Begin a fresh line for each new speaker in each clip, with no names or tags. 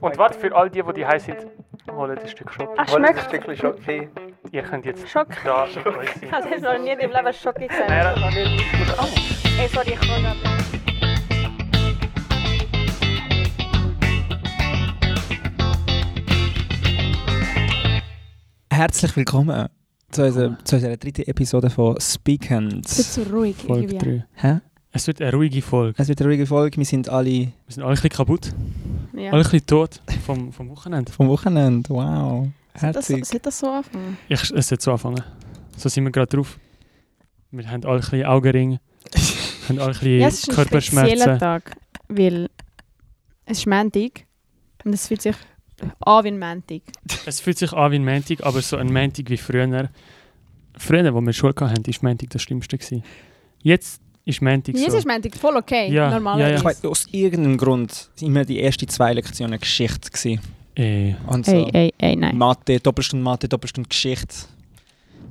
Und warte, für all die, die die heiß sind, holt ein Stück Schokolade.
Ach,
Hol jetzt ein
schmeckt.
Stückchen Schoki.
Ihr könnt jetzt
Schock.
da eure-
Ich habe noch nie im Leben Schoki
Nein,
gesehen.
das war nicht-
Ey, sorry, ich kann nicht.
Herzlich willkommen zu unserer, zu unserer dritten Episode von Speak
Es
Hands.
wird so ruhig
Folge
irgendwie.
3.
Hä?
Es wird eine ruhige Folge.
Es wird eine ruhige Folge. Wir sind alle
Wir sind alle ein bisschen kaputt,
Ja.
alle ein bisschen tot vom, vom Wochenende.
vom Wochenende. Wow.
Sollte das,
Herzig.
sollte das so
Mm.
anfangen?
Ich, es hat so angefangen. So sind wir gerade drauf. Wir haben alle ein bisschen Augenringe, haben alle ein bisschen
Ja, es ist ein spezieller
Körperschmerzen.
Tag, weil es ist Montag und es fühlt sich an wie ein Montag.
Es fühlt sich an wie ein Montag, aber so ein Montag wie früher. Früher, wo wir Schule hatten, war Montag das Schlimmste. Gewesen. Jetzt ist Montag
Jetzt
so.
ist Montag voll okay,
Ja, ja,
normalerweise.
Ich weiß, aus irgendeinem Grund sind immer die ersten zwei Lektionen Geschichte. Gewesen.
Äh,
Und so
Ey, ey, ey, nein.
Mathe, Doppelstunde Mathe, Doppelstunde Geschichte.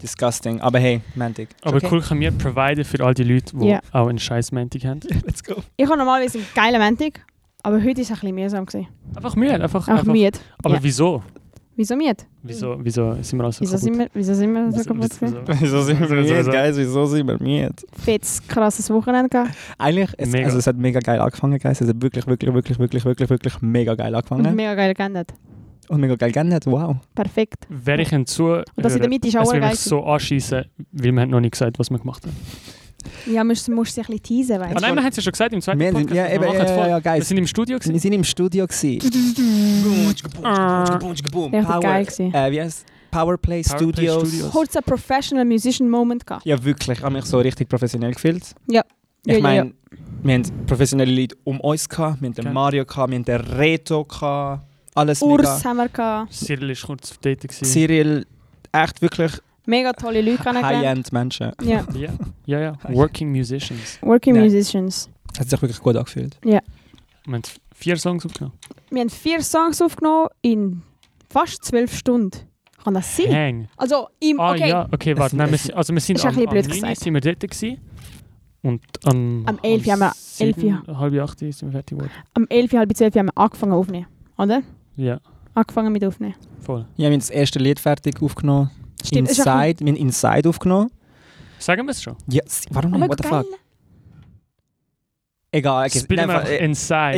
Disgusting. Aber hey, Mantic.
aber cool können wir providen für all die Leute, die
Ja.
auch einen scheiß Montag haben.
Let's go.
Ich habe normalerweise einen geilen Montag, aber heute war es ein bisschen mühsam. Gewesen.
Einfach müde. Einfach,
Auch
einfach.
müde.
Aber
Ja.
wieso?
Wieso müde?
Wieso, wieso sind wir alle so
Wieso
kaputt?
sind wir, wieso sind wir so
Wieso-
kaputt?
wieso-
gewesen?
Wieso sind wir
Wieso-
müde,
wieso-
Guys? Wieso sind wir müde?
Fetz, krasses Wochenende gehabt.
Eigentlich, es,
Mega.
also es hat mega geil angefangen, Guys. Es hat wirklich, wirklich, wirklich, wirklich, wirklich, wirklich mega geil
Und
angefangen.
mega geil geendet.
Und mega geil geändert. Wow.
Perfekt.
Wäre ich ein Zuhörer,
Und das in der Mitte ist auch
es würde
geil.
mich so anschießen, weil wir haben noch nicht gesagt, was wir gemacht haben.
Ja, musst du musst dich ein bisschen teasen,
Ah,
weißt
nein, wir haben es ja schon gesagt im zweiten
Wir haben-
Podcast.
ja,
wir
eben,
machen
ja,
es
ja,
voll.
ja, geil.
Wir sind im Studio gewesen.
Wir sind im Studio. Gewesen.
du? Richtig geil gewesen.
äh, wie heißt Powerplay,
Powerplay
Studios.
Studios.
Kurz ein Professional Musician Moment gehabt.
Ja, wirklich. Ich habe mich so richtig professionell gefühlt.
Ja.
Ich
Ja, ja,
meine, wir haben professionelle Leute um uns gehabt. Wir haben den
Geil.
Mario gehabt, wir haben den Reto gehabt. Alles
Urs
mega.
haben wir gehabt.
Cyril ist kurz dort. Gewesen.
Cyril, echt wirklich
Mega tolle Leute kennengelernt.
High-End Menschen.
Ja.
Ja, ja, ja. Working Musicians.
Working
Nein.
Musicians.
Hat sich wirklich gut angefühlt.
Wir haben vier Songs aufgenommen.
Wir haben vier Songs aufgenommen in fast zwölf Stunden. Kann das sein?
Hang.
Also im
Ah
okay,
ja, okay,
Es-
warte. Nein, wir,
es-
sind- also wir sind
Ist ein
am, am
bisschen blöd
9
gesagt.
sind wir dort gewesen. Und am...
Am 11 haben wir- 11, ja.
Halb 8 sind wir fertig geworden.
am 11, halb 12 haben wir angefangen aufnehmen, oder?
Ja,
Angefangen mit aufnehmen.
voll.
Ja, wir haben das erste Lied fertig aufgenommen.
Stimmt, ist ein
Inside. Wir haben Inside aufgenommen.
Sagen wir es schon.
Ja, s- warum
bisschen- aber
nicht? Oh, What the
geil.
fuck? Egal. okay. Nein,
Spielen wir auch
äh, Inside
Inside.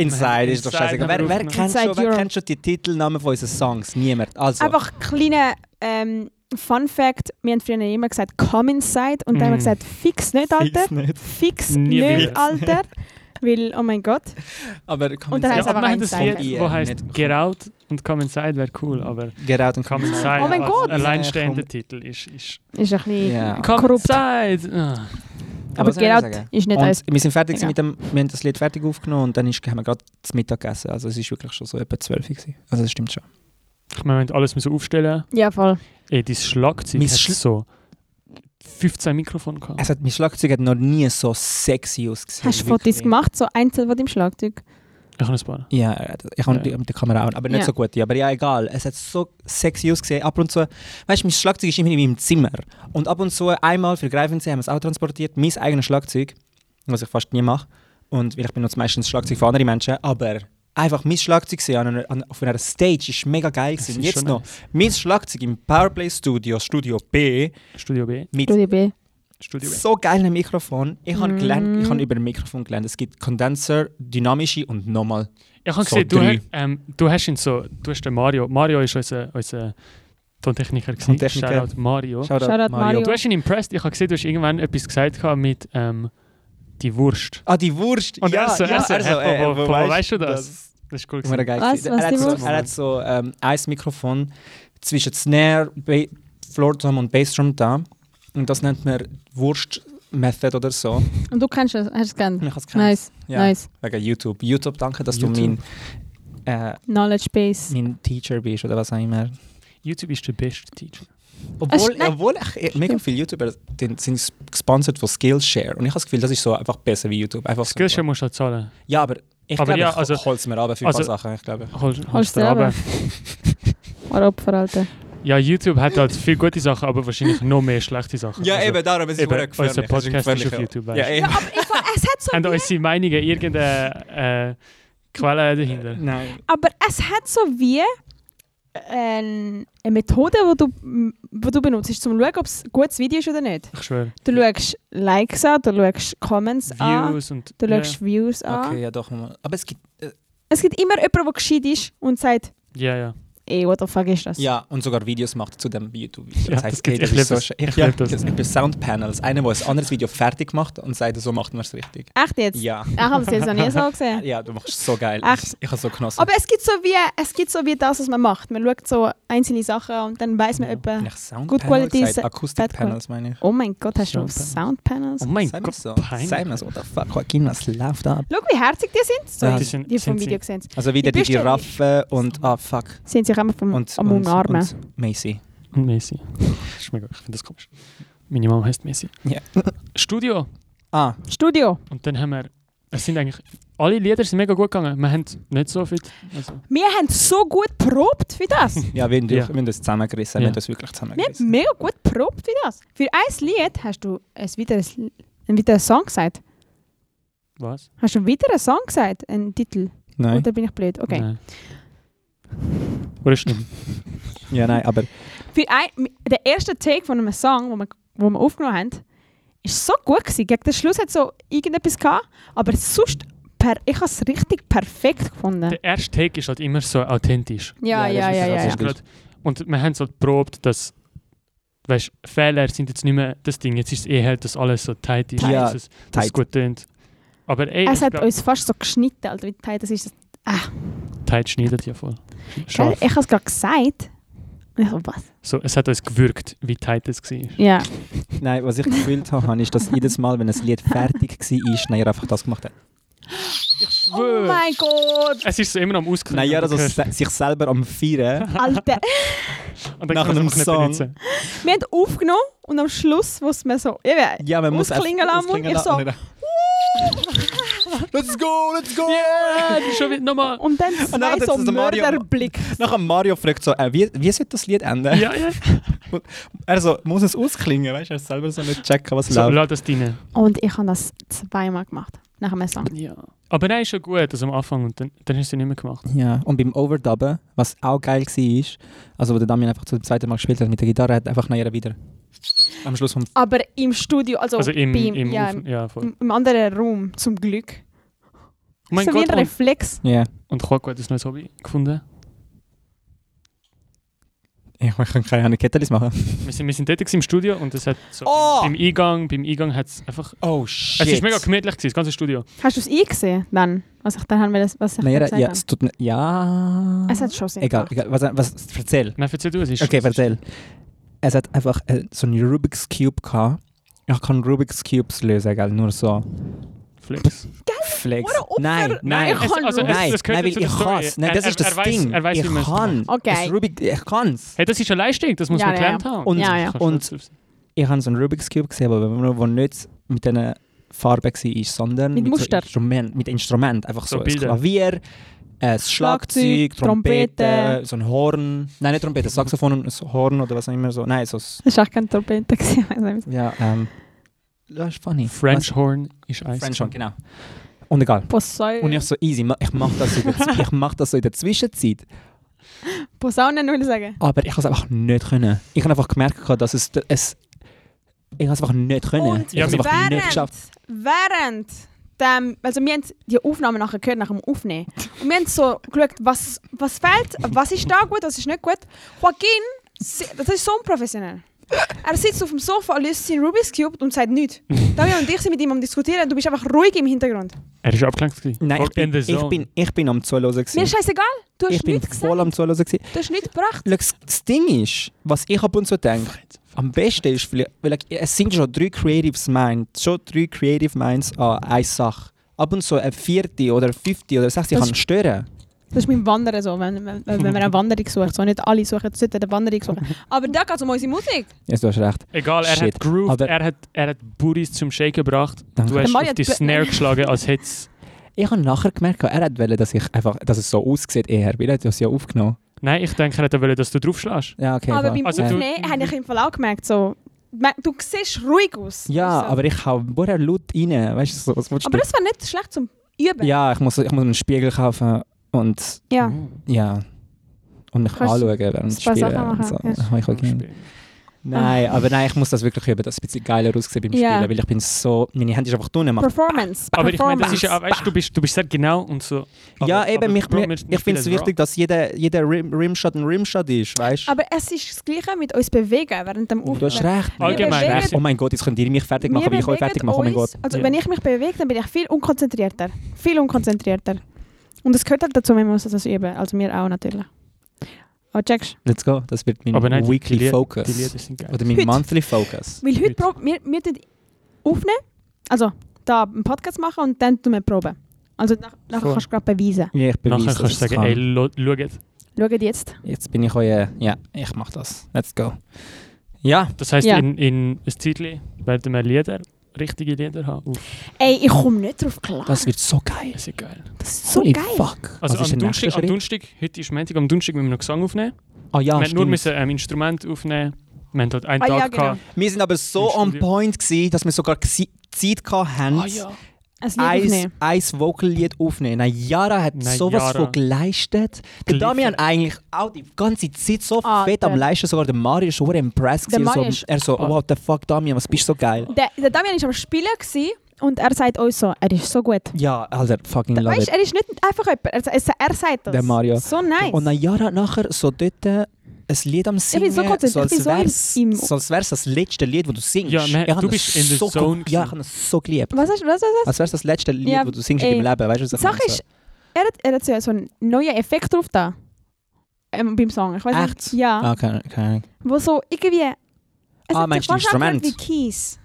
ist doch
Inside
scheißegal.
haben
Wer,
wir
wer,
aufgenommen.
kennt schon,
Inside
wer
Europe.
kennt schon die Titelnamen von unseren Songs? Niemand. Also,
Einfach kleine ähm, Fun Fact: Wir haben früher immer gesagt, come inside. Und dann haben wir
Mm.
gesagt, fix nicht, Alter.
Fix nicht.
Fix
Nie
nicht,
wieder.
Alter. Weil, oh mein Gott.
Aber komm,
Und dann
Ja,
heißt
aber
einfach
wir haben das
Inside.
Lied,
Inside.
wo
Ja,
heißt
nicht-
Get Out und Come Inside wäre cool, aber
Get out and
Come
come inside.
Inside
Oh mein
als
Gott!
alleinstehender Titel ist... ist
Ist ein bisschen.
Ja.
Come
Korrupt.
Inside! Ah.
Aber
was soll ich
Geralt
sagen?
ist nicht alles.
Und wir sind fertig
Egal.
mit dem, wir haben das Lied fertig aufgenommen und dann ist, haben wir gerade das Mittag gegessen. Also es ist wirklich schon so etwa 12 Uhr gewesen. Also das stimmt schon.
Ich meine, wir haben alles müssen aufstellen.
Ja, voll.
Ey, dein Schlagzeug
Mein
hat
Schla-
so 15 Mikrofone gehabt.
Es hat, mein Schlagzeug hat noch nie so sexy ausgesehen.
Hast du Fotos
wirklich.
gemacht, so einzeln von deinem Schlagzeug?
Ich habe ein paar.
Ja, äh, ich habe
Ja.
mit der Kamera auch, aber nicht
Ja.
so gut. Aber ja, egal. Es hat so sexy ausgesehen. Ab und zu, weißt du, mein Schlagzeug ist immer in meinem Zimmer. Und ab und zu, einmal für Greifensee haben wir es auch transportiert, mein eigenes Schlagzeug, was ich fast nie mache. Und weil ich benutze meistens Schlagzeug von anderen Menschen, aber einfach mein Schlagzeug sehen an einer, an, auf einer Stage ist mega geil
Das
gewesen.
ist
Jetzt
schon
noch
nice.
mein Schlagzeug im Powerplay Studio, Studio B,
Studio B.
mit
Studio B.
Studio B.
so geilen Mikrofon. Ich habe
Mm.
gelernt, ich habe über Mikrofon gelernt. Es gibt Kondenser, dynamische und nochmal.
Ich habe
So
gesehen, du,
drei.
hast- ähm, du hast ihn so... Du hast den Mario... Mario ist unser, unser Tontechniker gewesen.
Tontechniker.
Shoutout Mario.
Shoutout
Shoutout Mario.
Du hast ihn impressed. Ich habe gesehen, du hast irgendwann etwas gesagt gehabt mit... Ähm, die Wurst.
Ah, die Wurst.
Und
ja,
er so,
ja,
er so,
also,
hä,
äh,
wo- wo
weißt
weißt du das?
das?
Das ist cool.
Immer
gewesen.
geil.
Was?
gewesen.
Was,
er,
die
hat
Wurst?
so, er hat so ähm, ein Mikrofon zwischen Snare, ba Floor Drum und Bassdrum da. Und das nennt man Wurst Method oder so. Und
Und du kennst es, hast es
ich
gern.
hab's gekannt.
Nice,
Hm, Ja,
nice.
Wegen YouTube. YouTube, danke, dass
YouTube.
du mein, äh,
Knowledge Base.
mein Teacher bist oder was auch immer.
YouTube ist der beste Teacher.
Obwohl,
Ach, nein.
obwohl ich, mega viele YouTuber den- sind gesponsert von Skillshare. Und ich habe das Gefühl, das ist so einfach besser wie YouTube. Einfach so.
Skillshare musst du halt zahlen.
Ja, aber ich
Aber
glaube,
ja,
ich
also-
hol es mir aber für
also-
ein paar Sachen. Ich glaube.
Holst,
Holst
holst
du
du runter.
Hm.
War Opfer, Alter.
Ja, YouTube hat halt viele gute Sachen, aber wahrscheinlich noch mehr schlechte Sachen.
Ja,
Also,
eben, darum ist es
eben,
eben, gefährlich.
unser
Es
Podcast ist auf
gefährlich,
YouTube,
ja.
weißt
Ja, eben.
Aber ich, es hat so
Haben unsere Meinungen irgendeine äh, Quelle dahinter.
Nein.
Aber es hat so wie ähm, eine Methode, die du, m- wo du benutzt, um zu schauen, ob es ein gutes Video ist oder nicht.
Ich schwöre.
Du schaust Likes an, du schaust Comments an,
Views und.
du schaust Views an.
Okay, ja doch nochmal. Aber es gibt.
Es gibt immer jemanden, der gescheit ist und sagt,
Ja, ja.
ey, what the fuck ist das?
Ja, und sogar Videos macht zu dem YouTube-Video.
Ja,
das
das
heißt,
gibt-
hey, das
ich
ist so
liebe
schön.
das.
Ich
Ich
liebe
liebe das.
das. Über Soundpanels. Einer, der ein anderes Video fertig macht und sagt, so macht man es richtig.
Echt jetzt?
Ja.
Ich habe das jetzt noch nie so gesehen.
Ja, du machst es so geil.
Echt?
Ich habe so genossen.
Aber es gibt, so wie, es gibt so wie das, was man macht. Man schaut so einzelne Sachen und dann weiß man etwa,
Nach Sound
Good Quality
Quality.
Sa-
Akustikpanels meine ich.
oh mein Gott, hast du
Soundpanels.
Soundpanels?
Oh mein
Sei mir
Gott,
so.
peinlich.
Sei mir so, what the fuck, Joaquin, was läuft ab?
Schau, wie herzig die sind. So,
Ja.
Die sind-
Die vom
sind sie-
Video gesehen.
Also wieder
Die beste-
die Giraffe und, ah fuck.
Sie haben sich immer vom,
Und,
am
und,
Umarmen.
und Macy.
Und Messi. Das ist mega, ich finde das komisch. Meine Mama heißt Messi.
Ja.
Studio.
Ah,
Studio.
Und dann haben wir. Es sind eigentlich. Alle Lieder sind mega gut gegangen. Wir haben nicht so viel. Also,
Wir haben so gut probt für das.
ja, wir haben
Ja.
durch- wir haben das zusammengerissen. Wir
Ja.
haben das wirklich
Wir haben
zusammengerissen.
mega gut probt für das. Für ein Lied hast du ein weiteres, ein weiteres Song gesagt.
was?
Hast du wieder einen Song gesagt? Einen Titel?
Nein.
Oder bin ich blöd? Okay.
Nein. Oder stimmt.
Ja, nein, aber
Für ein, der erste Take von einem Song, den wir, wo wir aufgenommen haben, ist so gut. Gewesen. Gegen den Schluss hat so irgendetwas gehabt, aber sonst, per, ich habe es richtig perfekt gefunden.
Der erste Take ist halt immer so authentisch.
Ja,
Ja,
ja,
das
ja,
ist
ja.
es.
ja,
Das ist grad, und wir haben so geprobt, dass. Weißt Fehler sind jetzt nicht mehr das Ding. Jetzt ist es eh halt, dass alles so tight ist.
Ja,
dass es, dass es
tight.
gut tönt. Aber ey,
Es
ich
hat
glaub,
uns fast so geschnitten, Alter. Wie tight das ist das? Ah.
tight schneidet ja voll.
Gell?
Scharf.
Ich habe es gerade gesagt. Und ich so, was?
So, es hat uns gewirkt, wie tight es war.
Ja.
nein, was ich gefühlt habe, ist, dass jedes Mal, wenn ein Lied fertig war, Schneier einfach das gemacht hat.
Ich
Oh mein Gott!
Es ist so immer noch am Ausklingen.
Nein, ja, also
Und
se- sich selber am Feiern.
Alter!
dann
nach einem
kannst du es einfach nicht
Song.
benutzen.
Wir haben aufgenommen und am Schluss muss man so. Ja,
Ja, man muss
Ausklingen lassen und ich so-
so. Let's go, let's go!
Ja, das ist schon wieder nochmal.
Und dann
Und dann
zwei
hat jetzt
so
der Mario-
Mörderblick.
Nachher Mario fragt so, äh, wie, wie soll das Lied enden?
Ja, ja.
Er so, muss es ausklingen, weißt du? Er hat selber so nicht checken, was
So,
läuft.
lass das rein.
Und ich habe das zweimal gemacht. Nach dem Song.
Ja. Aber nein, ist schon gut, also am Anfang und dann, dann hast du es nicht mehr gemacht.
Ja, und beim Overdubben, was auch geil war, also wo der Damian einfach zum zweiten Mal gespielt hat mit der Gitarre, hat einfach nachher wieder am Schluss vom
Aber im Studio, also,
Also im,
beim,
im,
ja, Hm.
Ofen-
im,
ja, voll.
im, im anderen Raum, zum Glück.
Oh mein
so
Gott,
wie ein
und,
Reflex.
Ja.
und Koko hat ein neues Hobby gefunden.
Ich kann keine Kettelis machen.
Wir sind, wir sind dort gewesen im Studio und es hat so
Oh!
beim Eingang, beim Eingang hat es einfach...
Oh
Es
shit.
ist mega gemütlich, gewesen, das ganze Studio.
Hast du es eingesehen dann? Was ich dann haben will, das- was ich
Naja,
gesagt
ja,
habe?
es tut nicht. Ja.
Es hat schon Sinn
Egal,
gemacht.
egal. Was, was, erzähl.
Nein, erzähl du, es ist...
Okay,
es ist-
erzähl. Es hat einfach äh, so einen Rubik's Cube gehabt. Ich kann Rubik's Cubes lösen, gell? Nur so.
Flex. also,
Flex.
What a Opfer.
Nein, nein.
Nein, ich kann Rubik's.
Nein,
das
nein,
gehört
weil
zu der
ich
Story.
kann's. Nein,
Er-
das
er-
ist das
er weiß-
Ding.
er weiß, wie
ich
man es
kann.
macht.
Okay.
Das Rubik, ich kann's.
Hey, das ist ein Leistung, das muss
Ja,
man
ja.
gelernt haben.
Und-
Ja, ja.
Das kannst du
und-
nicht selbst-
Ich habe so einen Rubik's Cube gesehen, aber wenn man- wo nicht mit diesen Farben war, sondern
Mit
so
Muster.
Instrument, mit Instrument. Einfach so,
So
ein
Bilder.
Klavier, äh, ein Schlagzeug,
Schlagzeug,
Trompete,
Trompete.
so ein Horn. Nein, nicht Trompete, Saxophon und ein Horn oder was auch immer. So. Nein, so ein-
Das war auch kein Trompete. gewesen, weiss nicht.
ja, ähm, das ist funny.
French Horn ist
Was,
eins.
French Horn, genau. Und egal.
Posaune-
Und ich so easy, ma- ich mache das, in der Z- ich mach das so in der Zwischenzeit.
Posaunen würde ich sagen.
Aber ich habe es einfach nicht können. Ich habe einfach gemerkt, gehabt, dass es, es ich habe es einfach nicht können.
Und
ich habe es
mit-
einfach nicht
während,
geschafft.
während dem, also wir haben die Aufnahme nachher gehört, nach dem Aufnehmen. Und wir haben so geschaut, was, was fehlt, was ist da gut, was ist nicht gut. Joaquin, si- das ist so unprofessionell. Er sitzt auf dem Sofa und liest seinen Rubik's Cube und sagt nichts. Damian und ich sind mit ihm am diskutieren und du bist einfach ruhig im Hintergrund.
Er ist abgelenkt. gewesen.
Nein, ich
Rock in
bin,
the
ich
zone.
bin, ich bin am Zuhören. gewesen.
Mir ist scheißegal, du hast
Ich bin
nichts gesagt,
voll am Zuhören. gewesen.
du hast nichts gebracht.
Schau, Das Ding ist, was ich ab und zu denke, am besten ist vielleicht, weil ich- es sind schon drei Creatives Minds, schon drei Creative Minds an einer Sache. Ab und zu eine vierte oder fünfte oder sechste
Das-
kann stören.
Das ist mit dem Wandern so, wenn, wenn, wenn man eine Wanderung sucht. So nicht alle suchen, sollten eine Wanderung suchen. Aber da geht es um unsere Musik.
Ja, du hast recht.
Egal, er
Shit.
hat grooved,
Aber-
er hat, er hat Buris zum Shaken gebracht.
Danke.
Du hast
Der Mario
auf die
hat-
Snare geschlagen, als hätte es...
Ich habe nachher gemerkt, er hat wollte, dass, ich einfach, dass es so aussieht eher, weil er hat das ja aufgenommen.
Nein, ich denke, er hätte wollen, dass du draufschlägst.
Ja, okay.
Aber
klar.
beim
Also du-
Aufnehmen habe ich im Fall auch gemerkt, so, me- du siehst ruhig aus.
ja,
Also.
aber ich hau vorher laut rein, weißt du, so, was willst
aber
du?
das war nicht schlecht zum üben.
Ja, Mhm. ich muss, ich muss einen Spiegel kaufen und
Ja.
Hm.
ja. Und mich
Kannst
anschauen während
ein
ich
paar
spiele.
Sachen
Und
machen,
so.
ja. Ah.
Das habe ich auch gerne. Nein, aber nein, ich muss das wirklich üben, dass es ein bisschen geiler aussieht beim
Ja.
Spielen, weil ich bin so, meine Hände ist einfach tun machen.
Performance.
Aber ich meine, das ist
Performance.
ja, auch- weißt du, du bist, du bist sehr genau und so. Aber,
ja, eben,
aber
mich,
Bro,
mir,
wir- wir
ich finde es
spielen
wichtig, dass jeder, jeder Rim, Rimshot ein Rimshot ist, weißt
Aber es ist das Gleiche mit uns bewegen während dem
du? Du hast
Aufwärmen.
recht.
Wir Allgemein,
Du hast recht.
bewegen-
Oh mein Gott, jetzt könnt ihr mich fertig machen,
Wir
weil ich euch
bewegen
fertig mache, oh mein Gott.
uns- Also
Ja.
wenn ich mich bewege, dann bin ich viel unkonzentrierter. Viel unkonzentrierter. Und es gehört halt dazu, man muss das üben. Also mir auch natürlich. Aber checkst
Let's go, das wird mein
Aber nein, die-
Weekly
die Lied-
Focus.
Die Lieder sind geil.
Oder mein
Heute.
Monthly Focus.
du? Weil heute
Heute.
prob wir, wir tun aufnehmen, also da einen Podcast machen und dann tun wir proben. Also nach, nachher
Voll.
kannst du gerade beweisen.
Ja, ich beweise,
Nachher
dass
kannst du
ich
sagen,
kann.
ey, lo- schaut.
Schaut jetzt.
Jetzt bin ich euer, ja, ich mach das. Let's go. Ja,
Das heisst,
Ja.
in, in ein Zeitchen werden wir Lieder, richtige Lieder haben. Uff,
Ey, ich komme nicht drauf klar.
das wird so geil.
das ist geil.
Das ist so
Holy
geil.
fuck.
Also
Was ist
am,
der nächste
Donnerstag, am
Schritt?
Donnerstag, heute ist Montag, am Donnerstag müssen wir noch Gesang aufnehmen.
Ah ja,
wir haben nur
stimmt.
müssen ähm, Instrument aufnehmen. Wir haben halt einen
Ah,
Tag
ja, genau.
gehabt.
Wir sind aber
Im
so on
Studio.
point gewesen, dass wir sogar gsi- Zeit gehabt haben,
Ah
Ein Lied
eins,
Also, aufnehmen.
eins Vocal-Lied aufnehmen. Na, Yara hat
Na,
sowas
Yara.
von geleistet. Der
Geliefert.
Damian eigentlich auch die ganze Zeit so
Ah,
fett
der-
am leisten. Sogar der Mario ist schon impressed.
Der
gewesen.
Mario
so,
ist- Oh.
er so, oh, what the fuck, Damian, was bist du so geil?
Der, der Damian war am Spielen gewesen und er sagt uns so, er ist so gut.
Ja, Alter, fucking love
Weißt
it.
du, er ist nicht einfach jemand, er, er, er sagt das.
Der Mario.
So nice.
Und dann Yara nachher so dort äh, ein Lied am Singen,
bin so konzentriert, ich bin
als
so im-
wär's,
im-
so als wär's das letzte Lied, das du singst.
Ja, man,
Ich hab
du
das
bist in der
so
Zone
gut- Ja, ich
gewesen.
habe das so geliebt.
was hast du, was hast du?
Als wär's das letzte Lied,
Ja,
das du singst in
ey.
deinem Leben. Weißt du, was
Die
ich meine?
Sache ist, er hat, er hat so so einen neuen Effekt drauf da. Ähm, beim Song. Ich weiß nicht.
Echt?
Ja.
Ah, keine, keine Ahnung.
Wo so irgendwie. Es
Ah,
hat sich
meinst du
fast angehört
Instrument?
wie Keys.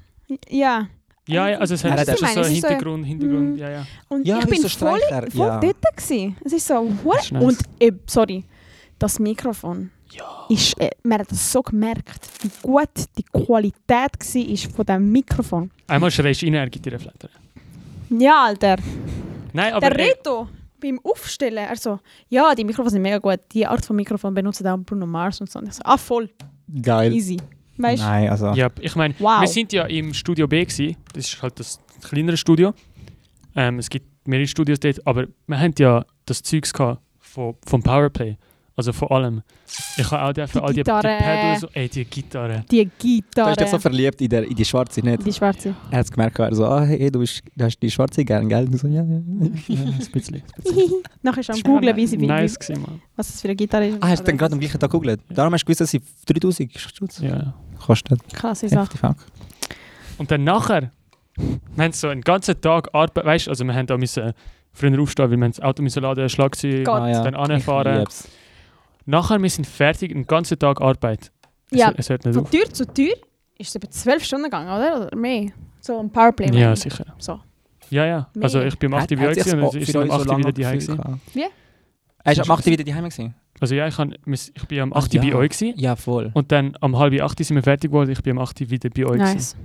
Ja.
Ja, ja, also es
Ja,
hat
das
das
ist
ist so
meine,
ein
es ist so-
Hintergrund, Hintergrund,
Mm.
ja, ja.
Und
Ja,
ich
wie
bin
so
voll,
Streicher,
voll
Äh, ja.
dort gewesen. Es ist so, what?
Das ist nice.
Und, äh, sorry, das Mikrofon. Ist, äh, man hat das so gemerkt, wie gut die Qualität war von diesem Mikrofon.
Einmal schreist du rein, er gibt dir eine Flatter.
Ja, Alter.
Nein, aber
der
ey,
Reto beim Aufstellen, also ja, die Mikrofone sind mega gut, die Art von Mikrofon benutzen auch Bruno Mars und so. Und ich so, ah, voll,
Geil.
easy. Weißt du?
Nein, also.
ja, ich meine,
Wow.
wir sind ja im Studio B gewesen. Das ist halt das kleinere Studio. Ähm, es gibt mehrere Studios dort, aber wir haben ja das Zeugs gehabt von, vom Powerplay. Also von allem. Ich habe auch dürfen
Die
all die, die
Gitarre.
Pedals, ey, die Gitarre.
Die
Du hast dich so
Gitarre,
verliebt in, der, in die Schwarze, nicht?
die schwarze.
Er hat gemerkt, er so, ah, hey, du, bist, du hast die Schwarze gern, gell? Und ich so, ja, ja.
Ja, ein bisschen.
also-
Nachher schon googeln, wie sie wie,
Nice
wie,
gewesen, Mann.
was das für eine Gitarre ist.
Ah, hast du dann gerade am gleichen Tag gegoogelt? Darum hast du gewusst, dass sie 3000 Stutz
Ja, ja.
kostet.
Krasse Sache.
Heftig, fuck.
Und dann nachher, wir haben so einen ganzen Tag Arbeit, weißt du, also wir haben da müssen früher aufstehen, weil wir das Auto müssen laden, Schlagzeug,
Gott.
Ah, ja.
dann anfahren.
Ich lieb's.
Nachher, wir sind fertig, einen ganzen Tag Arbeit. Es,
Ja.
es hört nicht
Von
auf.
Tür zu Tür ist es etwa 12 Stunden gegangen, oder? Oder mehr? So ein Powerplay. meine
Ja,
ich.
sicher.
So.
Ja, ja,
Mega.
also ich bin am 8. Uhr
Hat- hat sich's
gewesen und
auch
es ist
für
dann am
euch
8.
lange
wieder die
gefühlt
gewesen.
gehabt?
Wie?
Hast du am 8. wieder die gewesen?
Also ja, ich, han- mis- ich bin am
Ach
8. Uhr
Also, ja.
bei euch gewesen.
Ja, voll.
und dann am halb 8. Uhr sind wir fertig geworden, ich bin am 8. Uhr wieder bei euch gewesen.
Nice.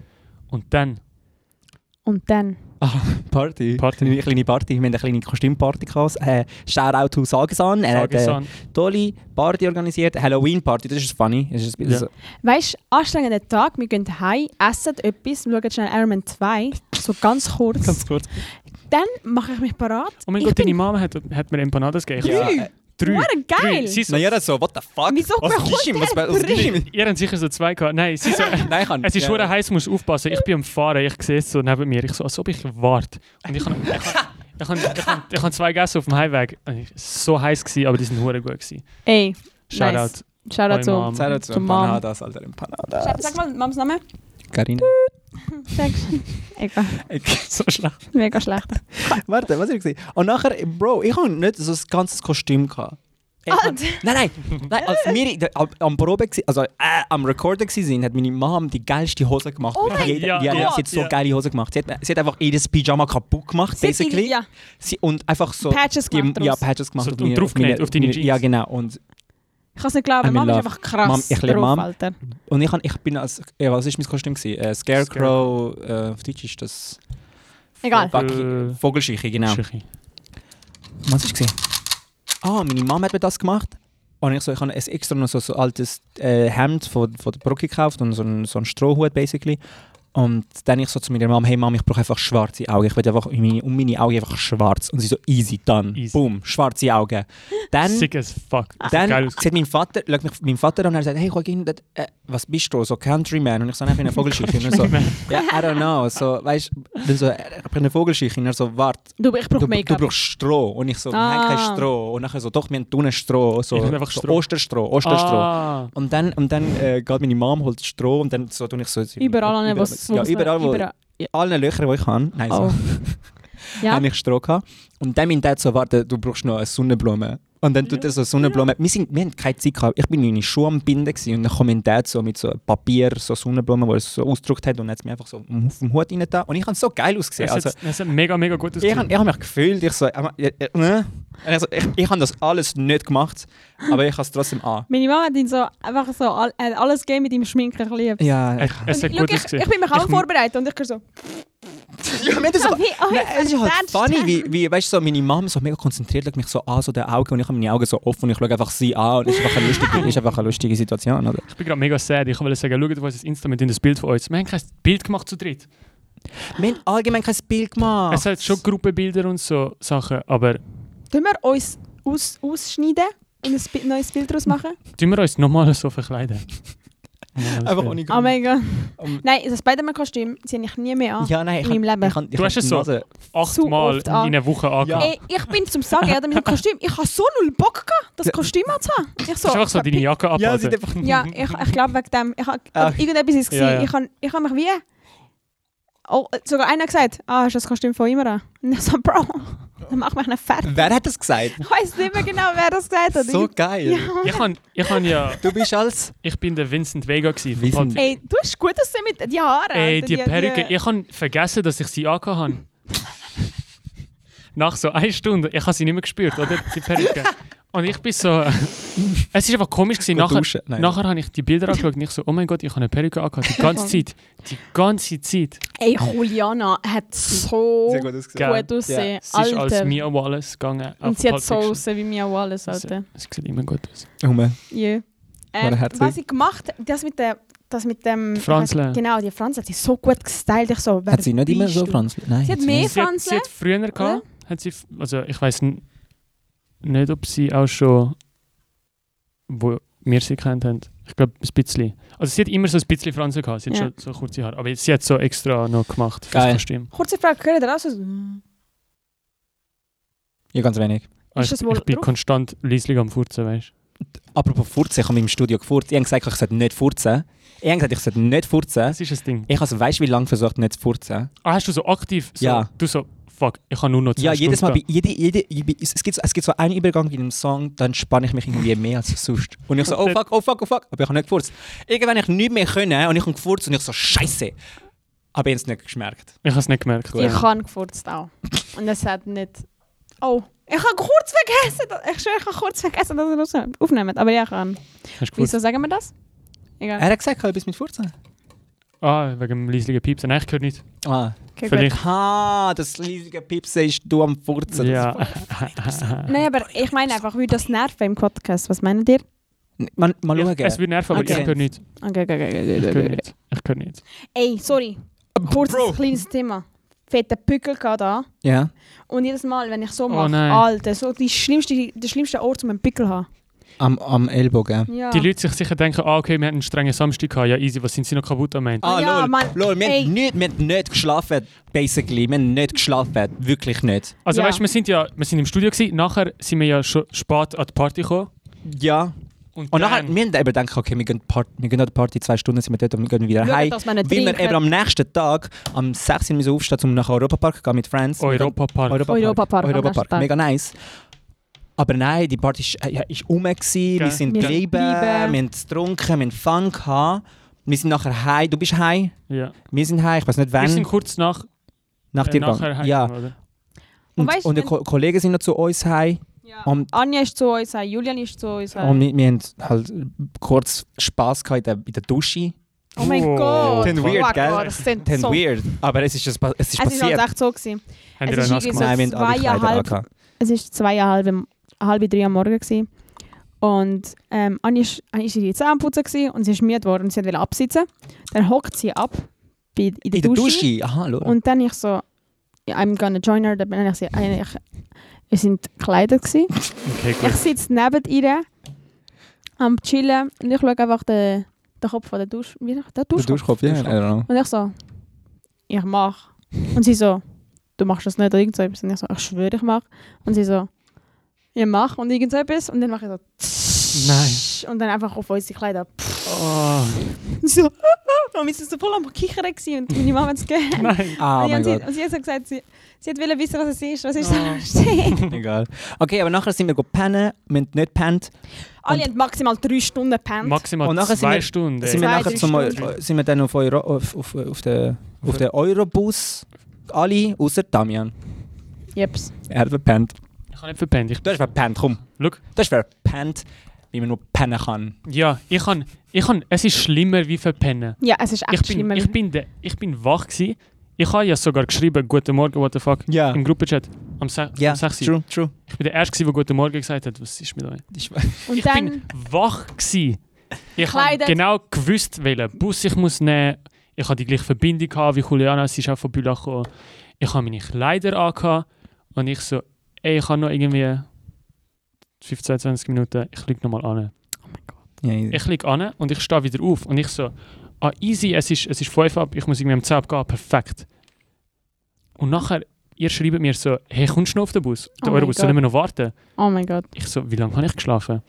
Und dann,
Und dann.
Party.
Party.
Eine kleine Party. Wir haben eine kleine Kostümparty gehabt. Äh, Shoutout to Sagesan. Er hat eine
Tagesan,
tolle Party organisiert. Halloween-Party. Das ist funny. Das ist ein bisschen
Ja.
so-
Weißt du, anstrengender Tag, wir gehen heim, essen etwas, schauen schnell Iron Man 2, so ganz kurz.
Ganz kurz.
Dann mache ich mich parat.
oh mein
Ich
Gott,
bin-
deine Mama hat, hat mir Empanadas gegeben. Ich-
Ja.
Drei.
Drei.
Hure geil.
Drei. Sie so,
Na ja, das ist so, what the fuck?
Wieso
was
bekommt
ist ihm? Was,
er
was ist ihm?
Ihr habt sicher so zwei gehabt. Nein, sie so,
Nein, ich kann
Es ist schon
ja.
heiß, musst aufpassen. Ich bin am Fahren, ich sehe es so neben mir. Ich so, als ob ich warte. Und ich habe ich hab- ich hab, ich hab, ich hab zwei Gäste auf dem Highweg. Und ich- So heiß gsi, aber die sind hure gut gsi.
Ey,
Shoutout.
Nice. Shoutout
Eure Mom.
zu.
Zeig dazu
Zu Mom.
Empanadas, Alter, Empanadas.
Sag mal Mams Name.
Carina.
Sagst du? Egal,
eh, so schlecht.
mega schlecht.
Warte, was ich gesehen? Und nachher, Bro, ich habe nicht so ein ganzes Kostüm gehabt. Ich hab-
Alter.
nein, nein, nein, als wir da- am- am Probe, gsi- also äh, am Recorden waren, hat meine Mom die geilste Hose gemacht.
Oh
Die-
mein
die, die,
Gott.
sie hat so
Ja.
geile Hose gemacht. Sie hat, sie hat einfach jedes Pyjama kaputt gemacht,
Sie hat
basically.
ihre- Ja,
Sie, und einfach so...
Patches
die-
gemacht
ja,
draus.
Patches gemacht.
So, und draufgenäht auf deine Jeans.
Ja, genau. Und
Ich kann es nicht glauben,
I'm in
Mama ist
love.
einfach krass
Mom, ich liebe
drauf,
Mom.
Alter.
Und ich, han- ich bin als. Äh, was ist mein Kostüm? Gewesen? Äh, Scarecrow, äh, auf Deutsch ist das.
Egal.
Backi-
Äh,
Vogelscheuche, genau.
Schicki.
Was war es? Ah, meine Mama hat mir das gemacht. Und ich, so, ich habe ein extra noch so ein so altes äh, Hemd von, von der Brücke gekauft und so ein, so ein Strohhut, basically. Und dann ich so zu meiner Mom, hey Mom, ich brauche einfach schwarze Augen. Ich will einfach um meine, um meine Augen einfach schwarz. Und sie so, easy, dann.
Easy.
Boom, schwarze Augen. Dann,
Sick as fuck. Das sieht geil
dann
aus.
sieht mein Vater, schaut mich mein Vater an und er sagt, hey Joaquin, das, äh, was bist du? So Countryman. Und ich so, nein, ich bin ein Vogelscheuche. Und er so, ja, I don't know. So, weißt du, so, äh, ich bin eine Vogelscheuche. Und er so, warte,
Du, ich brauche
du, du
Make-up.
brauchst Stroh. Und ich so, nein,
Ah.
kein Stroh. Und nachher so, doch, wir haben unten Stroh. So,
Ich will einfach
so
Stroh.
Osterstroh, Osterstroh.
Ah,
Und dann, und dann äh, geht meine Mom, holt Stroh und dann so tue ich so...
Überall an, wo es... wo
Ja,
es-
überall, wo...
überall.
Alle Löcher, die ich habe, nein, so,
Oh. Ja.
habe ich Stroh gehabt. Und dann mein Dad so, warte, du brauchst noch eine Sonnenblume. Und dann tut er so eine Sonnenblume... Wir, sind, wir haben keine Zeit gehabt. Ich bin in meine Schuhe am Binden gewesen und dann kommt mein Dad so mit so einem Papier, so Sonnenblume, wo er es so ausgedruckt hat und hat es mir einfach so auf den Hut rein da Und ich habe so geil ausgesehen.
das
Also,
ist, das ist mega, mega gut
ich habe
ausgesehen.
ich hab mich gefühlt, ich so... äh, äh, äh, Also, ich ich habe das alles nicht gemacht, aber ich habe es trotzdem an.
Meine Mama hat ihn so, einfach so all, hat alles gegeben mit ihm Schminken. Ich liebe
Ja,
Es,
Und
es hat
schau,
gut
ich,
ausgesehen.
ich bin mich auch vorbereitet und ich gehe so...
Ja, mir das
Ah,
aber,
wie- oh,
nein,
ich
es ist halt
verstehe.
funny, wie, wie weißt, du, so meine Mom so mega konzentriert schaut mich so an, so die Augen, und ich habe meine Augen so offen und ich schaue einfach sie an und es ist einfach eine lustige, ist einfach eine lustige Situation. Oder?
Ich bin gerade mega sad. Ich wollte sagen, schaut auf unser Insta, wir tun das Bild von uns. Wir haben kein Bild gemacht zu dritt.
Wir haben allgemein kein Bild gemacht.
Es hat schon Gruppenbilder und so Sachen, aber
Tun wir uns aus, ausschneiden und ein Bi- neues Bild daraus machen?
tun wir uns nochmal so verkleiden?
einfach ohne
Oh mein Gott.
Um-
Nein, das Spider-Man-Kostüm ziehe ich nie mehr an.
Ja, nein, ich
in meinem
hab-
Leben.
Ich, hab- ich
Du hast
hab
es
die
so.
Nase-
Achtmal
Zu oft
in
an.
einer Woche angekommen.
Ja.
Ey, ich bin zum Sagen, ja, mit dem Kostüm. Ich habe so null Bock gehabt, das Kostüm anzuhaben. Ich so,
Du hast einfach so deine Jacke
Ja,
abhalten.
sie hat einfach
Ja, ich, ich glaube wegen dem. Ich habe
Ach.
irgendetwas ist gesehen.
Ja, ja.
Ich habe ich hab mich wie. Oh, sogar einer hat gesagt, ah, hast du das Kostüm von immer an? Und ich so, Bro, dann mach mich nicht fertig.
Wer hat das gesagt?
Ich weiß nicht mehr genau, wer das gesagt hat.
So geil.
ich, han, ich, han ja,
Du bist als...
ich bin der Vincent Vega. Gewesen, vom
Vincent.
Patrick.
Ey, du hast gut aussehen mit den Haaren.
Ey,
Alter,
die Perücke. Ich habe vergessen, dass ich sie angehabt habe. Nach so einer Stunde. Ich habe sie nicht mehr gespürt, oder? Die Perücke. Und ich bin so... es ist einfach komisch. Gewesen.
Gut
Nachher,
duschen. Nein.
nachher habe ich die Bilder angeschaut und ich so, oh mein Gott, ich habe eine Perücke angehabt. Die ganze Zeit. Die ganze Zeit.
Ey, Juliana hat so
Sehr
Oh. gut,
gut ausgesehen.
Geil.
aussehen.
Sie ist als
Alter.
Mia Wallace gegangen. auf
Und sie hat
Pulp
so
Fiction.
aussehen wie Mia Wallace, Alter.
Es sieht immer gut aus.
Hume.
Yeah.
War
Ähm,
herzig.
was ich gemacht habe, das mit der... Das mit dem...
Die Franzle.
Genau, die Franzle hat sie so gut gestylt. Ich so, wer
Hat sie nicht immer
bist
so
du?
Franz? Nein.
Sie hat mehr
Sie hat,
Franzle.
sie hat früher gehabt, hat sie, f- also ich weiß nicht, ob sie auch schon, wo wir sie kennt haben. Ich glaube, ein bisschen. Also sie hat immer so ein bisschen Fransen gehabt, sie hat
Ja.
schon so kurze Haare. Aber sie hat so extra noch gemacht fürs
Geil.
Kostüm.
Kurze Frage, gehört ihr auch so?
Ja, ganz wenig.
Also
das
ich,
wohl
ich bin
drauf?
konstant leislich am Furzen, weißt du.
Apropos Furzen, ich habe im Studio gefurzt. Ich habe gesagt, ich sollte nicht furzen. Ich habe gesagt, ich sollte nicht furzen.
Das ist das Ding.
Ich habe also weißt du, wie lange versucht, nicht zu furzen?
Ah, hast du so aktiv, so,
Ja.
du so, fuck, ich kann nur noch zwei
Ja, jedes Mal,
Stunden
bei, jede, jede, jede, es, gibt so, es gibt so einen Übergang in einem Song, dann spanne ich mich irgendwie mehr als sonst. Und ich so, oh fuck, oh fuck, oh fuck, aber ich habe nicht gefurzt. Irgendwann habe ich nicht mehr können und ich habe gefurzt und ich so, scheiße. Aber ich habe es nicht geschmeckt.
gehen. Ich habe es nicht gemerkt.
Gut.
Ich habe gefurzt auch. Und es hat nicht. Oh, ich habe kurz vergessen. dass- Ich schwöre, ich habe kurz vergessen, dass wir das aufnehmen. Aber ja, ich kann.
Hast du
Wieso
gefurzt?
sagen wir das? Egal.
Äh,
Er hat gesagt, ich habe etwas mit furzen.
Ah, wegen dem leislichen Piepsen. Nein, ich höre nicht.
Ah.
Okay, gut.
Vielleicht.
Ha, das riesige Pipsen ist du am Furzen.
Ja.
Nein, aber ich meine einfach, wie das nervt im Podcast. Was meinen ihr?
Man, mal
Ich, es
schauen.
wird nerven, aber
Okay.
ich höre nicht.
Okay, okay, okay,
Ich
okay,
höre
okay.
nicht. Ich höre nicht.
Ey, sorry. Kurzes
Bro.
kleines Thema. Fetter Pückel gehabt da.
Ja.
Und jedes Mal, wenn ich so
Oh
mache,
nein.
Alter, so die schlimmste, der schlimmste Ort, um einen Pickel zu haben.
Am, am Ellbogen.
Ja.
Die Leute sich sicher denken, ah, okay, wir hatten einen strengen Samstag gehabt, ja easy, was sind sie noch kaputt am Ende?
Ah, ja,
lol.
Mann.
lol, wir
Ey.
haben nicht, wir haben nicht geschlafen, basically. Wir haben nicht geschlafen, wirklich nicht.
Also
ja.
weißt du, wir sind ja wir sind im Studio gewesen, nachher sind wir ja schon spät an die Party gekommen.
Ja. Und nachher,
dann-
wir haben eben gedacht, okay, wir gehen, Part, wir gehen an die Party, zwei Stunden sind wir dort und wir gehen wieder
Schauen,
heim.
dass wir nicht
Weil wir
trinken.
eben am nächsten Tag, am 6. Uhr müssen aufstehen, um nach Europapark zu gehen mit Friends.
Europapark.
Europapark.
Europapark, am
Europapark.
nächsten Tag.
Mega nice. Aber nein, die Party war ja, ist um, gewesen,
Gell.
Wir
wir sind
sind
geblieben,
geblieben.
wir haben getrunken, wir haben Fun gehabt. Wir sind nachher heim, du bist heim,
ja.
wir sind heim, ich weiß nicht
Wir
wann,
sind kurz nach,
nach
äh,
dir
nachher
gegangen. Ja.
heimgekommen, oder?
Und
Und,
weißt du,
und die
wenn-
Ko Kollegen sind noch zu uns heim.
Ja.
Und
Anja ist zu uns, heim, Julian ist zu uns. heim.
Und wir, wir haben halt kurz Spass gehabt in der, in der Dusche.
Oh mein
Wow.
Gott.
Klingt weird,
Fuck,
gell?
oh, Das klingt
Dann
so.
weird. Aber es ist, es pa-
Es
es ist
ist halt
passiert.
echt so gewesen.
Haben
Es
die
ist
dann was
irgendwie so-
gemacht?
Nein, wir haben alle Kleider
zweieinhalb-
angehabt.
Es ist zweieinhalb, am- halb drei am Morgen gewesen. Und ähm, Anja ist- Anja ist in die Zähne putzen gewesen und sie ist müde geworden und sie wollte absitzen. Dann hockt sie ab bei, in, der
In der
Dusche.
Dusche? Aha, schau.
Und dann ich so, ja, I'm gonna join her. Dann bin ich so, eigentlich, wir sind gekleidet gewesen.
Okay,
Ich
gut.
sitze neben ihr am Chillen und ich schaue einfach den, den Kopf von der Dusche, wie nach der
der
Dusche.
Duschkopf, ja, I
Duschkopf.
don't know.
Und ich so, ich mach. Und sie so, du machst das nicht oder irgend so etwas. Und ich so, ich schwöre, ich mach. Und sie so, ich mach und irgend so etwas. Und dann mache ich so,
Nein.
und dann einfach auf unsere Kleider.
Oh,
Und sie so, und wir sind so voll am Kichern gewesen. und meine Mama hat es gegeben.
nein.
Ah,
und,
mein
ich-
Gott.
und sie hat so gesagt, sie, sie hat wollen wissen, was es ist, was ist
Ah.
da lustig.
Egal. Okay, aber nachher sind wir gepennen, wir haben nicht gepennt.
Alle
Und-
haben maximal drei Stunden gepennt.
Maximal
Und nachher sind
zwei
wir-
Stunden.
Sind wir,
Zwei,
nachher
drei
zum,
Stunden.
sind wir dann auf, Euro, auf, auf, auf den auf den Eurobus, alle außer Damian.
Jeps.
Er hat verpennt.
Ich habe nicht verpennt. Ich,
Du hast verpennt, komm.
Schau.
Du hast verpennt, wie man nur pennen kann.
ja, ich kann, ich kann, es ist schlimmer wie verpennen.
Ja, es ist echt
Ich bin,
schlimmer.
ich, bin de, ich bin wach gewesen. Ich habe ja sogar geschrieben, guten Morgen, what the fuck,
Ja.
im Gruppenchat am, Se
Ja,
am 6.
true, true.
Ich bin der Erste, gewesen, der guten Morgen gesagt hat. Was ist mit euch?
Ich,
und
ich
dann,
bin wach gewesen. Ich habe
Gekleidet.
genau gewusst, welchen Bus ich muss nehmen muss. Ich habe die gleiche Verbindung gehabt wie Juliana, sie ist auch von Bülach gekommen. Ich habe meine Kleider angehabt und ich so, ey, ich habe noch irgendwie 15, 20 Minuten, ich liege nochmal an.
ja, easy.
Ich liege an und ich stehe wieder auf und ich so, ah, easy, es ist, es ist 5 ab, ich muss irgendwie um 10 ab gehen, perfekt. Und nachher, ihr schreibt mir so, hey, kommst du noch auf den Bus?
Oh
Der
mein
Eurobus, sollen wir noch warten?
oh mein Gott,
Ich so, wie lange habe ich geschlafen?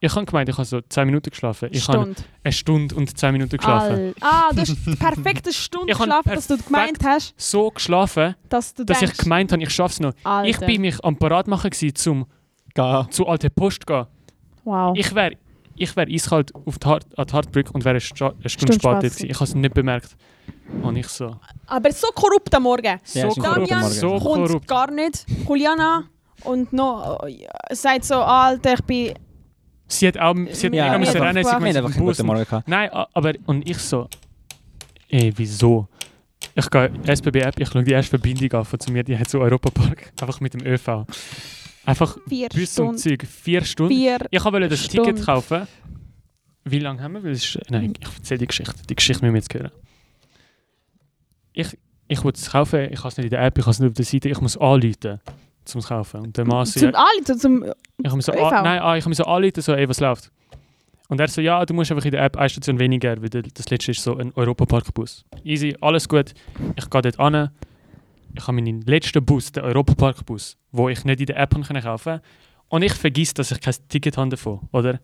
Ich habe gemeint, ich habe so 10 Minuten geschlafen. Ich habe
Stunde.
eine Stunde und 10 Minuten geschlafen.
All- Ah, du hast die perfekte Stunde
Ich hab
geschlafen, dass du
perfekt-
gemeint hast,
So geschlafen,
dass du
dass ich
denkst,
gemeint habe, ich schaffe es noch.
Alter.
Ich bin mich am Parat machen, gewesen, zum
Ga.
zu alte Post zu gehen.
Wow.
Ich wäre ich wär eiskalt auf die Hart, an die Hartbrücke und wäre eine, Sta- eine
Stunde
Stunde spät dort
spät
gewesen. Ich habe es nicht bemerkt. Und ich so,
Aber so korrupt am Morgen.
Ja,
so
ist ein korrupter
korrupt,
Damian
so
Kommt
korrupt.
gar nicht. Juliana und noch äh, ja, sagt so, Alter, ich bin...
Sie hat auch sie hat
Ja,
mega
ich
müssen
hab
rennen, sie
einfach-
Wir
hat
haben einfach
gemeint, sie
einen
muss
guten
im Bus.
Morgen gehabt.
Nein, a- aber und ich so, ey, wieso? Ich gehe SBB-App, ich schaue die erste Verbindung an von zu mir, die hat so Europapark, einfach mit dem ÖV. Einfach
Vier
bis zum
Stunden.
Zug, vier Stunden.
Vier.
Ich wollte das
Stunden.
Ticket kaufen. Wie lange haben wir? Weil es ist, nein, ich erzähle die Geschichte. Die Geschichte müssen wir jetzt hören. Ich, ich wollte es kaufen, ich habe es nicht in der App, ich habe es nicht auf der Seite, ich muss anrufen, um es zu kaufen. Und der Mann so, ja,
Zum Ali, zu- zum...
ich habe so,
ÖV?
ah, nein, ah, ich habe so anrufen, so, ey, was läuft? Und er so, ja, du musst einfach in der App eine Station weniger, weil der- das letzte ist so ein Europaparkbus. Easy, alles gut. Ich gehe dort an. Ich habe meinen letzten Bus, den Europaparkbus, wo ich nicht in der App habe können kaufen Und ich vergesse, dass ich kein Ticket habe davon, oder?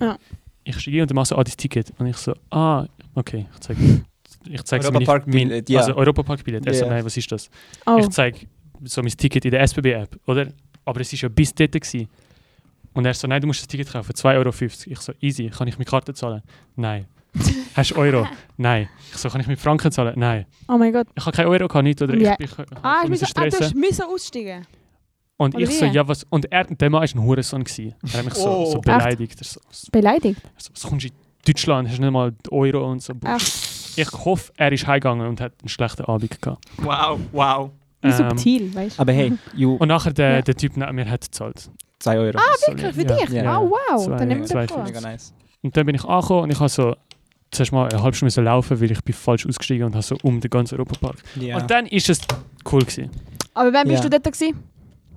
Ja.
Ich steige und mache so, ah, das Ticket. Und ich so, ah, okay, ich zeige ich zeig's meine-
Europaparkbillett, ja.
Also Europaparkbillett. Er so,
Ja.
nein, was ist das?
Oh,
Ich zeige so mein Ticket in der SBB-App, oder? Aber es war ja bis dort. Gewesen. Und er so, nein, du musst das Ticket kaufen, 2,50 Euro. Ich so, easy, kann ich mit Karte zahlen? Nein. Hast du Euro? nein. Ich so, kann ich mit Franken zahlen? Nein.
oh mein Gott.
Ich habe keinen Euro, kann nicht, oder
Ja.
ich, ich, ich, ich
Ah, ich
musste
muss, ah, du hast
stressen.
müssen aussteigen.
Und
Oder
ich so,
wie?
ja, was? Und er, der Mann war ein Hurensohn. gewesen. Er hat mich so,
Oh.
so
Echt?
beleidigt. Er so, so,
Beleidigt?
was kommst du in Deutschland, hast nicht mal Euro und so.
Ach,
Ich hoffe, er ist heimgegangen und hat einen schlechten Abend gehabt.
Wow, wow.
wie
Ähm,
subtil, weißt du.
Aber hey, you,
Und nachher der,
Ja.
der Typ neben mir hat gezahlt.
2 Euro.
Ah, Wirklich, für
Ja.
dich?
Ja.
Oh, wow.
Zwei-
Dann nehmen
zwei
wir
Das ist mega
das
nice.
Und dann bin ich angekommen und ich habe so zuerst mal eine halbe Stunde müssen laufen, weil ich bin falsch ausgestiegen und habe so um den ganzen Europapark.
Ja.
Und dann ist es cool gewesen.
Aber wann bist du
Ja.
dort gewesen?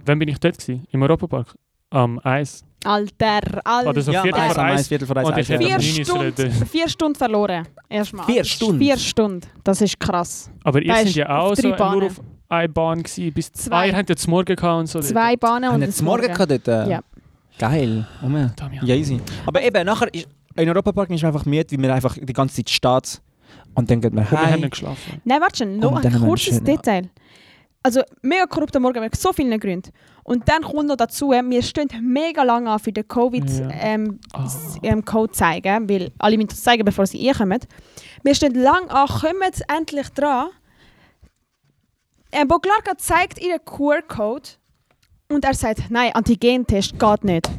Wann bin ich dort gewesen? Im Europapark? Am Eis.
Alter,
Oder
Alter.
so Viertel
am
vor
am
Eis.
ah, Viertel vor
Und ich
Eis.
hätte
Vier
am Ninis
Stunden,
reden.
vier Stunden verloren. Erstmal.
Vier Stunden?
Vier Stunden. Das ist krass.
Aber ihr
Da
seid
ist
ja auch
auf
so
drei Bahnen.
nur auf eine Bahn gewesen, bis
Zwei.
Ah, ihr habt jetzt morgen gehabt und so.
Zwei Bahnen und
Haben
ein
Also, jetzt morgen gehabt dort? äh?
Ja.
Geil. Oh man.
Damian.
Ja, easy. Aber eben, nachher ist, in Europapark ist man einfach müde, weil man einfach die ganze Zeit steht. Und dann geht man
Und wir haben
heim.
nicht geschlafen.
Nein, warte schon, noch
Und
ein
dann haben wir einen
kurzes
schönen-
Detail. Also, mega korrupter Morgen wegen so vielen Gründen. Und dann kommt noch dazu, äh, wir stehen mega lange an für den
Ja.
Covid-Code ähm,
Ah.
s- ähm, Code zeigen, weil alle müssen das zeigen, bevor sie reinkommen. Wir stehen lange an, kommen endlich dran. Ähm, Boglarka zeigt ihren QR-Code und er sagt, nein, Antigentest geht nicht.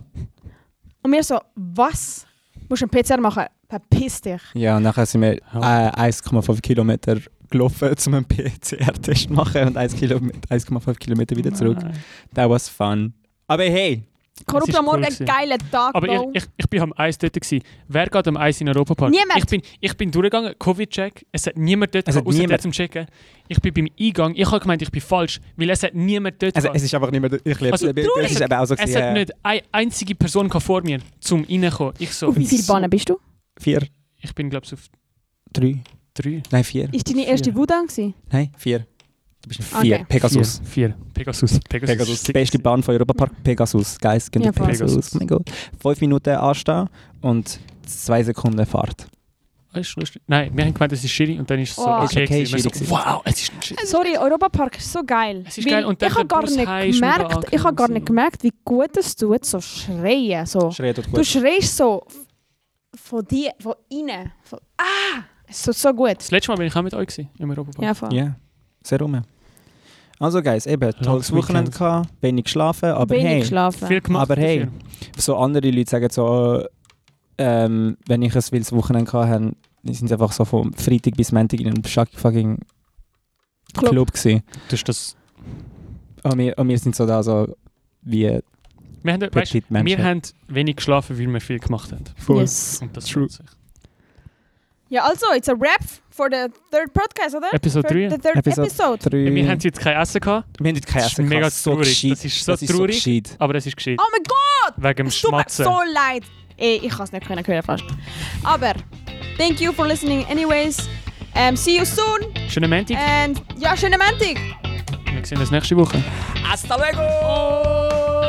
Und wir so, was? Musst du einen PCR machen? Verpiss dich.
Ja, und nachher sind wir äh,
Ja.
1,5 Kilometer gelaufen, um einen PCR-Test zu machen und 1 Kilome- 1,5 Kilometer wieder zurück.
Nein.
That was fun. Aber hey,
Korrupt
ist
am
cool
Morgen,
gewesen.
geiler Tag,
Aber ich,
Bro.
ich, ich bin am Eis dort. Gewesen. Wer geht am Eis in den Europapark?
Niemand.
Ich bin, ich bin durchgegangen, Covid-Check. Es hat niemand dort,
Es hat
gehabt, außer
niemand.
dort zum Checken. Ich bin beim Eingang. Ich habe gemeint, ich bin falsch, weil es hat niemand dort.
Also,
gehabt.
es ist einfach nicht mehr. Ich liebe
Also,
es. ist eben auch so
es
gewesen,
hat
äh,
nicht eine einzige Person gehabt vor mir, zum reinkommen. Ich so,
Auf wie viele Bahnen bist du?
Vier,
ich bin glaube ich auf
drei,
drei.
nein, vier.
Ist deine erste
Vier.
Wudan gewesen?
Nein, vier. Du bist ein
Okay.
Vier. Pegasus.
Vier. vier. Pegasus. Pegasus.
Pegasus. Die
Sick.
beste Bahn von Europapark. Pegasus. Guys, geht
Ja, voll.
Pegasus.
Pegasus.
Oh mein Gott. Fünf Minuten anstehen und zwei Sekunden Fahrt.
Ah, ist lustig. Nein, wir haben gemeint, es ist shitty und dann ist es so,
Oh.
Ist okay,
okay, gewesen. Wir
shitty
so,
gewesen.
Wow, es ist nicht shitty.
Sorry, Europapark ist so geil.
Es ist
Weil
geil und dann
ich habe
der
gar
Bus
nicht
heim ist mega
gemerkt, ich habe gar
angenehm.
nicht gemerkt, wie gut es tut, so schreien. So.
Schreit dort
Du schreist so f- von dir, von innen. Von, ah, es tut so gut.
Das letzte Mal bin ich auch mit euch gewesen, im Europapark.
Ja, voll.
Ja, sehr rum. Also, Guys, eben, tolles Wochenende
Weekend.
gehabt, wenig geschlafen, aber
Wenig
hey.
geschlafen.
Viel gemacht.
Aber hey.
dafür.
so andere Leute sagen so, oh, ähm, wenn ich ein wildes Wochenende hatte, haben- sind sie einfach so vom Freitag bis Montag in einem fucking- fucking Club,
Club.
gewesen.
Das ist das.
Und wir, und wir sind so da so wie
Wir haben, weißt,
Petit Menschen.
wir haben wenig geschlafen, weil wir viel gemacht haben.
Yes.
Und das
True.
lohnt sich.
Ja, also, it's a wrap for the third podcast, oder?
Episode
For
3.
the third
Episode
episode.
drei...
Wir haben jetzt kein Essen gehabt,
wir haben heute kein
Das ist
Essen
mega
gehabt. so
traurig.
gescheit.
Das ist so
Das
traurig.
ist so gescheit.
aber es ist gescheit.
Oh mein Gott,
Wegen dem
es tut mir
Schmatzen.
so leid. Ey, ich kann es nicht können hören fast. Aber, thank you for listening anyways. Um, see you soon.
Schönen Montag.
And ja, schönen Montag.
Wir sehen uns nächste Woche.
Hasta luego!